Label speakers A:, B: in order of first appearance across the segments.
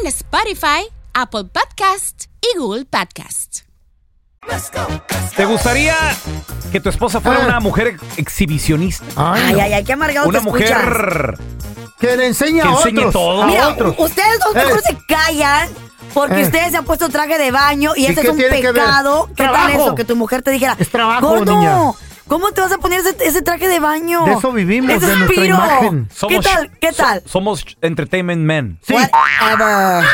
A: en Spotify, Apple Podcast y Google Podcast.
B: ¿Te gustaría que tu esposa fuera
C: Ah.
B: una mujer ex- exhibicionista?
C: Ay,
D: Ay,
C: no.
D: ay, ay, qué amargado
B: Una
D: te escuchas.
B: mujer.
C: que le enseñe
B: Que
C: a
B: enseñe
C: otros.
B: todo.
C: A
D: Mira,
C: otros.
D: u- ustedes dos
C: Eh.
D: mejor se callan porque
C: Eh.
D: ustedes se han puesto traje de baño y
C: ¿Y
D: ese
C: qué
D: es un
C: tiene que ver?
D: pecado. ¿Qué tal
C: Trabajo.
D: eso? Que tu mujer te dijera,
C: Es trabajo,
D: "Gordo,
C: niña".
D: ¿Cómo te vas a poner ese, ese traje de baño?
C: De eso vivimos,
D: Ese
C: de nuestra
D: aspiro.
C: imagen.
D: ¿Qué tal? ¿Qué
B: so-
D: tal?
B: somos ch- entertainment men.
C: Sí.
D: Whatever.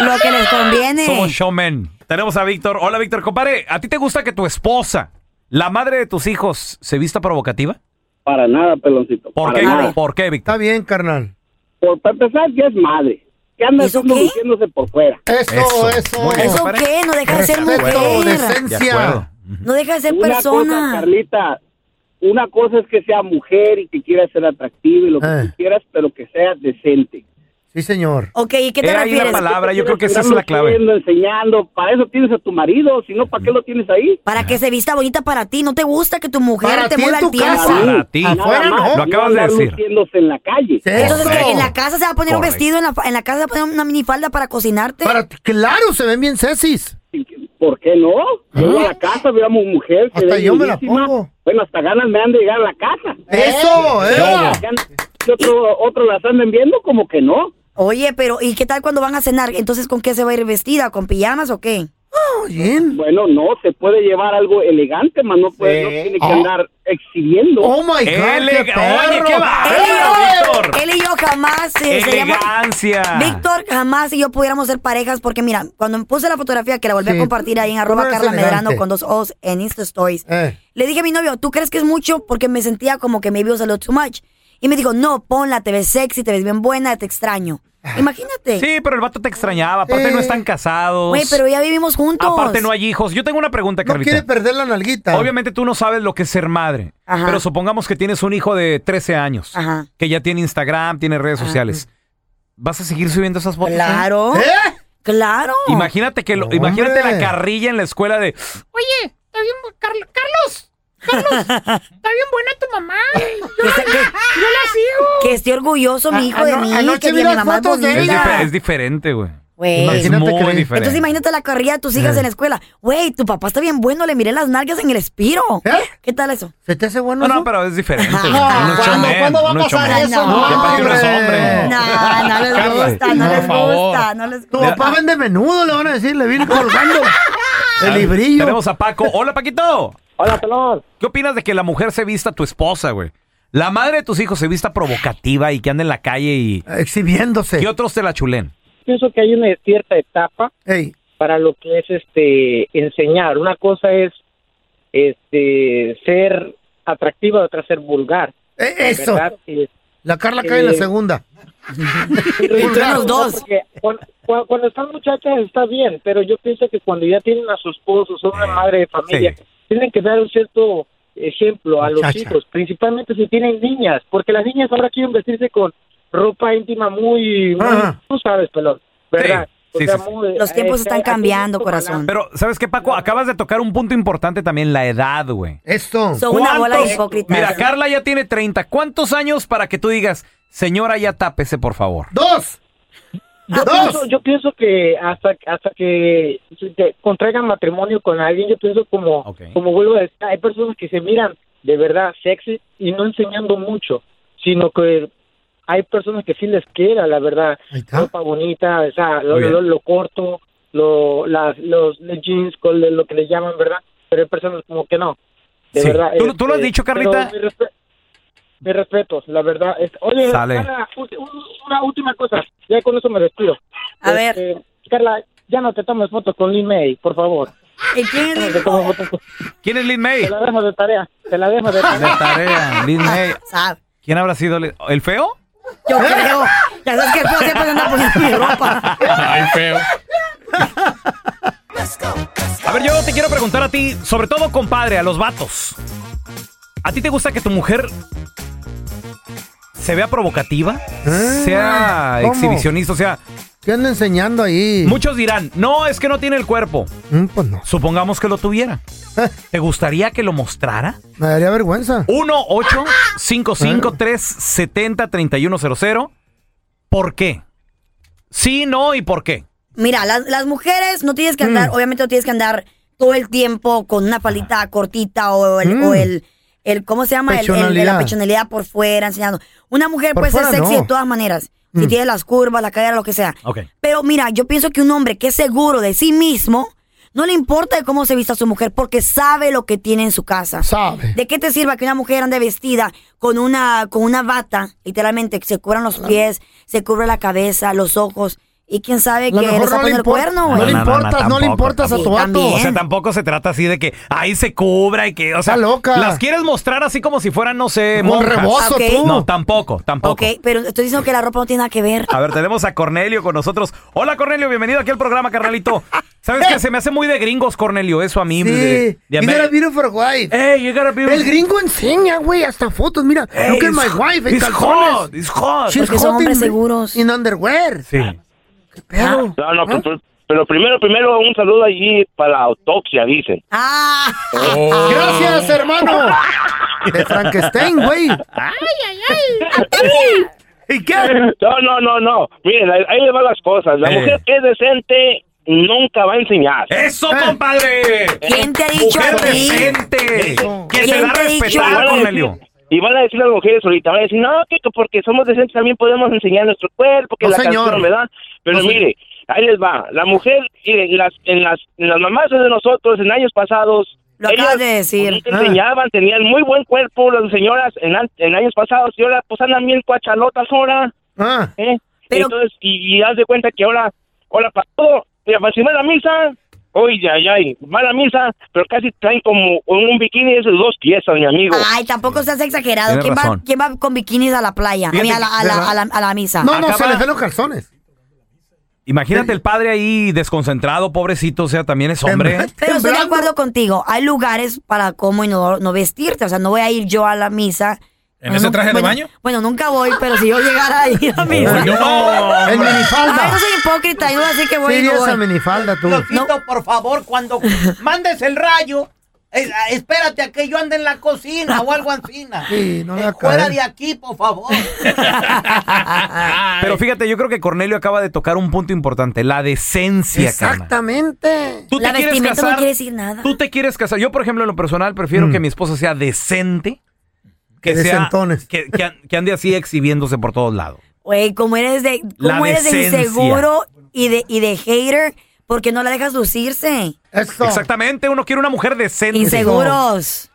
D: Lo que les conviene.
B: Somos showmen. Tenemos a Víctor. Hola, Víctor. Compadre, ¿a ti te gusta que tu esposa, la madre de tus hijos, se vista provocativa?
E: Para nada, peloncito.
B: ¿Por
E: para
B: qué?
E: nada.
B: ¿Por qué, Víctor?
C: Está bien, carnal.
E: Por para empezar, ya es madre. ¿Qué anda
D: ¿Eso
E: haciendo
D: qué?
E: luciéndose por fuera?
C: Eso,
B: Eso.
C: eso.
B: Muy bien.
D: ¿Eso
B: Pare-
D: qué? No deja de ser
C: Respeto,
D: mujer.
B: De
C: decencia.
B: acuerdo.
D: No deja de ser
E: Una cosa,
D: persona.
E: Carlita, una cosa es que sea mujer y que quiera ser atractiva y lo que
C: Eh.
E: tú quieras, pero que sea decente.
C: Sí, señor.
D: Ok, ¿y qué
B: He
D: te
B: ahí la
D: refieres?
B: Eh, palabra. Yo
E: Quieres
B: creo que esa es
E: estarlo
B: la clave.
E: haciendo, enseñando, para eso tienes a tu marido, si no, ¿para qué lo tienes ahí?
D: Para que se vista bonita para ti. No te gusta que tu mujer
C: Para
D: te
C: ti en
D: mueva
C: tu
D: el tiempo.
C: casa.
B: Para ti.
E: nada
C: Afuera
E: más,
C: no.
B: Lo acabas
E: andar
B: de decir.
E: luciéndose en la calle.
D: Entonces,
C: Eso.
D: ¿qué? en la casa se va a poner un
B: Correcto.
D: vestido, en la, en la casa se va a poner una minifalda para cocinarte.
C: Para ti- claro, se ven bien cecis.
E: ¿Por qué no? Yo a la casa veo a mi mujer. que
C: ¿Eh? Hasta
E: ve
C: yo me la
E: lindísima.
C: pongo.
E: Bueno, hasta ganas me han de llegar a la casa.
C: Eso, eh.
E: Ya no- que otro, otro las andan viendo como que no.
D: Oye, pero ¿y qué tal cuando van a cenar? Entonces, ¿con qué se va a ir vestida? ¿Con pijamas o qué?
C: Muy bien.
E: Bueno, no, se puede llevar algo elegante, más no, puede, no tiene que
C: Ah.
E: andar exhibiendo.
C: Oh my God.
B: Ele- Oye,
C: qué perro. Eh.
B: qué va-
D: Él
B: Ay,
D: y yo,
B: Víctor.
D: él y yo jamás eh, seríamos-
B: Elegancia.
D: Víctor, jamás y yo pudiéramos ser parejas porque mira, cuando me puse la fotografía que la volví
C: Sí.
D: a compartir ahí en
C: Tú
D: arroba
C: eres
D: Carla
C: elegante.
D: Medrano con dos O's en Insta Stories,
C: Eh.
D: le dije a mi novio, ¿tú crees que es mucho? Porque me sentía como que me vio salió too much. Y me dijo, no, ponla, te ves sexy, te ves bien buena, te extraño. Imagínate.
B: Sí, pero el vato te extrañaba. Aparte,
C: Eh.
B: no están casados.
D: Güey, pero ya vivimos juntos.
B: Aparte, no hay hijos. Yo tengo una pregunta,
C: No
B: Carlita.
C: quiere perder la nalguita.
B: Obviamente tú no sabes lo que es ser madre,
D: Ajá.
B: pero supongamos que tienes un hijo de 13 años,
D: Ajá.
B: que ya tiene Instagram, tiene redes sociales. ¿Vas a seguir subiendo esas fotos?
D: Claro,
C: ¿Eh?
D: claro.
B: eh? Imagínate que lo-
C: Hombre.
B: imagínate la carrilla en la escuela de
F: Oye, está bien, bu- Carl- Carlos. Carlos, está bien buena tu mamá.
D: Que, se- que-
F: Yo la sigo.
D: que esté orgulloso mi hijo de
C: ano-
D: mí,
C: anoche
D: que
C: vi
D: mi
C: las
D: mamá es
C: fotos de
B: es,
C: ella.
D: bonita.
B: dife- es diferente, güey.
D: Güey.
B: Es
C: Imagínate
B: muy
C: que le-
B: diferente.
D: Entonces imagínate la carrera de tus hijas
C: Eh.
D: en la escuela. Güey, tu papá está bien bueno, le miré las nalgas en el espiro.
C: ¿Eh?
D: ¿Qué tal eso?
C: ¿Se te hace bueno
B: No,
C: eso?
B: no, pero es diferente. güey.
D: Ah,
B: Uno es
C: ¿cuándo-
B: showman,
C: cuándo va a
B: uno es
C: pasar
B: showman.
D: eso?
B: Y aparte uno es
C: Hombre.
B: hombre.
D: No, no les
B: Carla,
D: gusta, no
C: por
D: les
B: favor.
D: gusta, no les
C: Tu
D: gusta.
C: papá vende menudo, le van a decir, le viene colgando el librillo.
B: Tenemos a Paco. Hola, Paquito.
E: Hola, pelón.
B: ¿Qué opinas de que la mujer se vista tu esposa, güey? La madre de tus hijos se vista provocativa y que anda en la calle y
C: Exhibiéndose.
B: que otros te la chulen.
G: pienso que hay una cierta etapa
C: Ey,
G: para lo que es este enseñar. Una cosa es este ser atractiva, otra ser vulgar.
C: eh, eso.
G: ¿verdad? Eh,
C: La Carla cae en la
G: Eh,
C: segunda.
D: Entre los dos.
G: porque cuan- cuan- cuando, están muchachas está bien, pero yo pienso que cuando ya tienen a sus esposos, son una
B: Eh,
G: madre de familia,
B: sí.
G: tienen que dar un cierto ejemplo a los
C: Muchacha.
G: hijos, principalmente si tienen niñas, porque las niñas ahora quieren vestirse con ropa íntima muy, muy-
C: Ajá.
G: tú sabes, pelón, ¿verdad?
B: Sí, sí, sí, sí.
G: muy-
D: Los tiempos
G: eh,
D: están
G: hay que
D: cambiando,
G: buscar
D: corazón.
B: Pero, ¿sabes qué, Paco? Acabas de tocar un punto importante también, la edad, güey.
C: Esto.
D: Son una bola de
B: ¿Cuántos-
D: hipócritas.
B: Mira, Carla ya tiene 30. ¿Cuántos años para que tú digas, señora, ya tápese, por favor?
C: Dos.
G: Yo pienso,
C: Dos.
G: yo pienso que hasta hasta que te contraigan matrimonio con alguien, yo pienso como
B: Ok.
G: como vuelvo a decir, hay personas que se miran de verdad sexy y no enseñando mucho, sino que hay personas que sí les queda, la verdad.
C: Ahí está.
G: Ropa bonita, o sea, lo,
B: ¿Ah? Muy bien.
G: lo- lo corto, lo, las, los jeans, con lo- lo que le llaman, ¿verdad? Pero hay personas como que no. De
B: Sí.
G: verdad. este,
B: Tú lo- tú lo has dicho,
G: pero
B: Carlita.
G: mi respe- Mis respetos, la verdad. es- oye,
B: Sale.
G: Carla, ulti- un- una última cosa. Ya con eso me despido.
D: A
G: ver. Carla, ya no te tomes fotos con Lin May, por favor.
D: ¿Y quién
G: Ya no
D: le
G: te
D: dijo?
G: tomes fotos con-
B: ¿Quién es Lin May?
G: Te la dejo de tarea. Te la dejo de
B: De
G: tarea.
B: tarea, Lin May.
D: Sabe.
B: ¿Quién habrá sido Lin- el feo?
D: Yo creo. Ya sabes que el feo siempre se anda poniendo mi ropa.
H: Ay, feo.
B: A ver, yo te quiero preguntar a ti, sobre todo compadre, a los vatos. ¿A ti te gusta que tu mujer se vea provocativa?
C: Eh,
B: Sea
C: ¿cómo?
B: exhibicionista, o sea,
C: ¿Qué anda enseñando ahí?
B: muchos dirán, no, es que no tiene el cuerpo.
C: Mm, pues no.
B: Supongamos que lo tuviera. ¿Te gustaría que lo mostrara?
C: Me daría vergüenza.
B: 1 8 55 370 3100 ¿Por qué? Sí, no y por qué.
D: Mira, las, las mujeres no tienes que andar,
C: Mm.
D: obviamente no tienes que andar todo el tiempo con una palita cortita o el,
C: Mm.
D: o el, el- ¿cómo se llama? El- el- la
C: Pechonalidad.
D: pechonalidad por fuera, enseñando. Una mujer
C: Por
D: puede ser
C: fuera,
D: sexy
C: no.
D: de todas maneras. Si
C: Mm.
D: tiene las curvas, la cadera, lo que sea.
B: Ok.
D: Pero mira, yo pienso que un hombre que es seguro de sí mismo, no le importa de cómo se vista su mujer, porque sabe lo que tiene en su casa.
C: Sabe.
D: ¿De qué te sirva que una mujer ande vestida con una, con una bata, literalmente, que se cubran los pies, se cubre la cabeza, los ojos, y quién sabe
C: A lo
D: que le
C: mejor
D: está
C: no le
D: poniendo el
C: importa.
D: cuerno,
C: No,
D: güey?
C: le
B: No, no, no,
C: importas, no, le
B: tampoco,
C: importas a tu
D: tampoco.
C: vato.
D: También.
B: O sea, tampoco se trata así de que ahí se cubra y que, o sea,
C: Está loca.
B: las quieres mostrar así como si fueran, no sé,
C: Con
B: monjas.
C: rebozo
D: Ok.
C: tú.
B: No, tampoco, tampoco.
D: Ok, pero estoy diciendo que la ropa no tiene nada que ver.
B: A ver, tenemos a Cornelio con nosotros. Hola, Cornelio, bienvenido aquí al programa, carnalito. ¿Sabes qué? Se me hace muy de gringos, Cornelio, eso a Eh, mí.
C: Sí.
B: De, de
C: You gotta
B: Ameri-
C: beautiful wife.
B: Hey, you gotta be-
C: El gringo enseña, güey, hasta fotos. Mira,
B: Hey,
C: look at
B: it's-
C: my wife en
B: it's
C: calzones.
B: hot, it's hot.
C: She's
D: Porque son
C: hot in-
D: hombres seguros.
C: In underwear.
B: Sí.
C: Pero,
E: No, pues, no, pero, pero primero, primero un saludo allí para la autopsia, dicen.
D: Ah,
C: Gracias, hermano. De Frankenstein, güey.
F: ay, ay!
B: ¿Y qué?
G: Ah.
E: No, no, no, no. Miren, ahí, ahí le van las cosas. La
B: Eh.
E: mujer que es decente nunca va a enseñar.
B: ¡Eso,
C: Eh.
B: compadre!
D: ¿quién te ha dicho
B: ¡Mujer
D: a ti?
B: decente! ¡Que se
D: ¿Quién
B: da a
D: te ha dicho?
E: Y van
B: respetar,
E: a
B: Cornelio!
E: decir- Y van a decir las mujeres ahorita, van a decir, no, que que porque somos decentes también podemos enseñar nuestro cuerpo, que
C: No,
E: la
C: señor.
E: canción, ¿verdad? Pero
C: No, señor.
E: mire, ahí les va. La mujer, mire, en las, en las, en las mamás de nosotros, en años pasados,
D: Lo
E: ellas
D: acabas de decir.
E: bonito
C: Ah.
E: enseñaban, tenían muy buen cuerpo las señoras en, an- en años pasados, y ahora pues andan bien cuachalotas ahora,
C: Ah,
E: ¿eh?
D: Pero-
E: Entonces, y, y haz de cuenta que ahora, ahora para todo, mira, para encima de la misa... Oye, ay, ay, va a la misa, pero casi traen como un bikini de esos dos piezas, mi amigo.
D: Ay, tampoco seas exagerado.
B: Tienes
D: ¿Quién va,
B: razón.
D: ¿Quién va con bikinis a la playa? A, mí, a, la, a, la, a, la, a la misa.
C: no, no,
B: Acaba-
C: se le ven los calzones.
B: Imagínate el padre ahí desconcentrado, pobrecito, o sea, también es hombre.
D: Pero estoy de
C: Temblando.
D: acuerdo contigo. Hay lugares para cómo y no, no vestirte. O sea, no voy a ir yo a la misa.
H: ¿En ese
D: nunca-
H: traje de
D: bueno,
H: baño?
D: Bueno, nunca voy, pero si yo llegara a ir a misa.
B: ¡No!
C: En
D: Ay,
C: minifalda.
D: no soy hipócrita. Yo no voy a decir que voy
C: Sí,
D: y no
C: esa
D: voy.
C: minifalda tú.
I: Lupito, por favor, cuando mandes el rayo, es- espérate a que yo ande en la cocina o algo así.
C: Sí, no le va a
I: Fuera
C: caer.
I: de aquí, por favor.
B: Pero fíjate, yo creo que Cornelio acaba de tocar un punto importante, la decencia, carnal.
C: Exactamente.
B: ¿Tú
D: La
B: te quieres
D: vestimenta
B: casar?
D: no quiere decir nada.
B: ¿Tú te quieres casar? Yo, por ejemplo, en lo personal, prefiero que mi esposa sea decente. Que
C: Mm. Que
B: sea,
C: decentones.
B: que, que an- que ande así exhibiéndose por todos lados.
D: Güey, como eres de,
B: La
D: como eres de
B: decencia.
D: inseguro y de, y de hater, porque no la dejas lucirse.
C: Eso.
B: Exactamente, uno quiere una mujer decente.
D: Inseguros.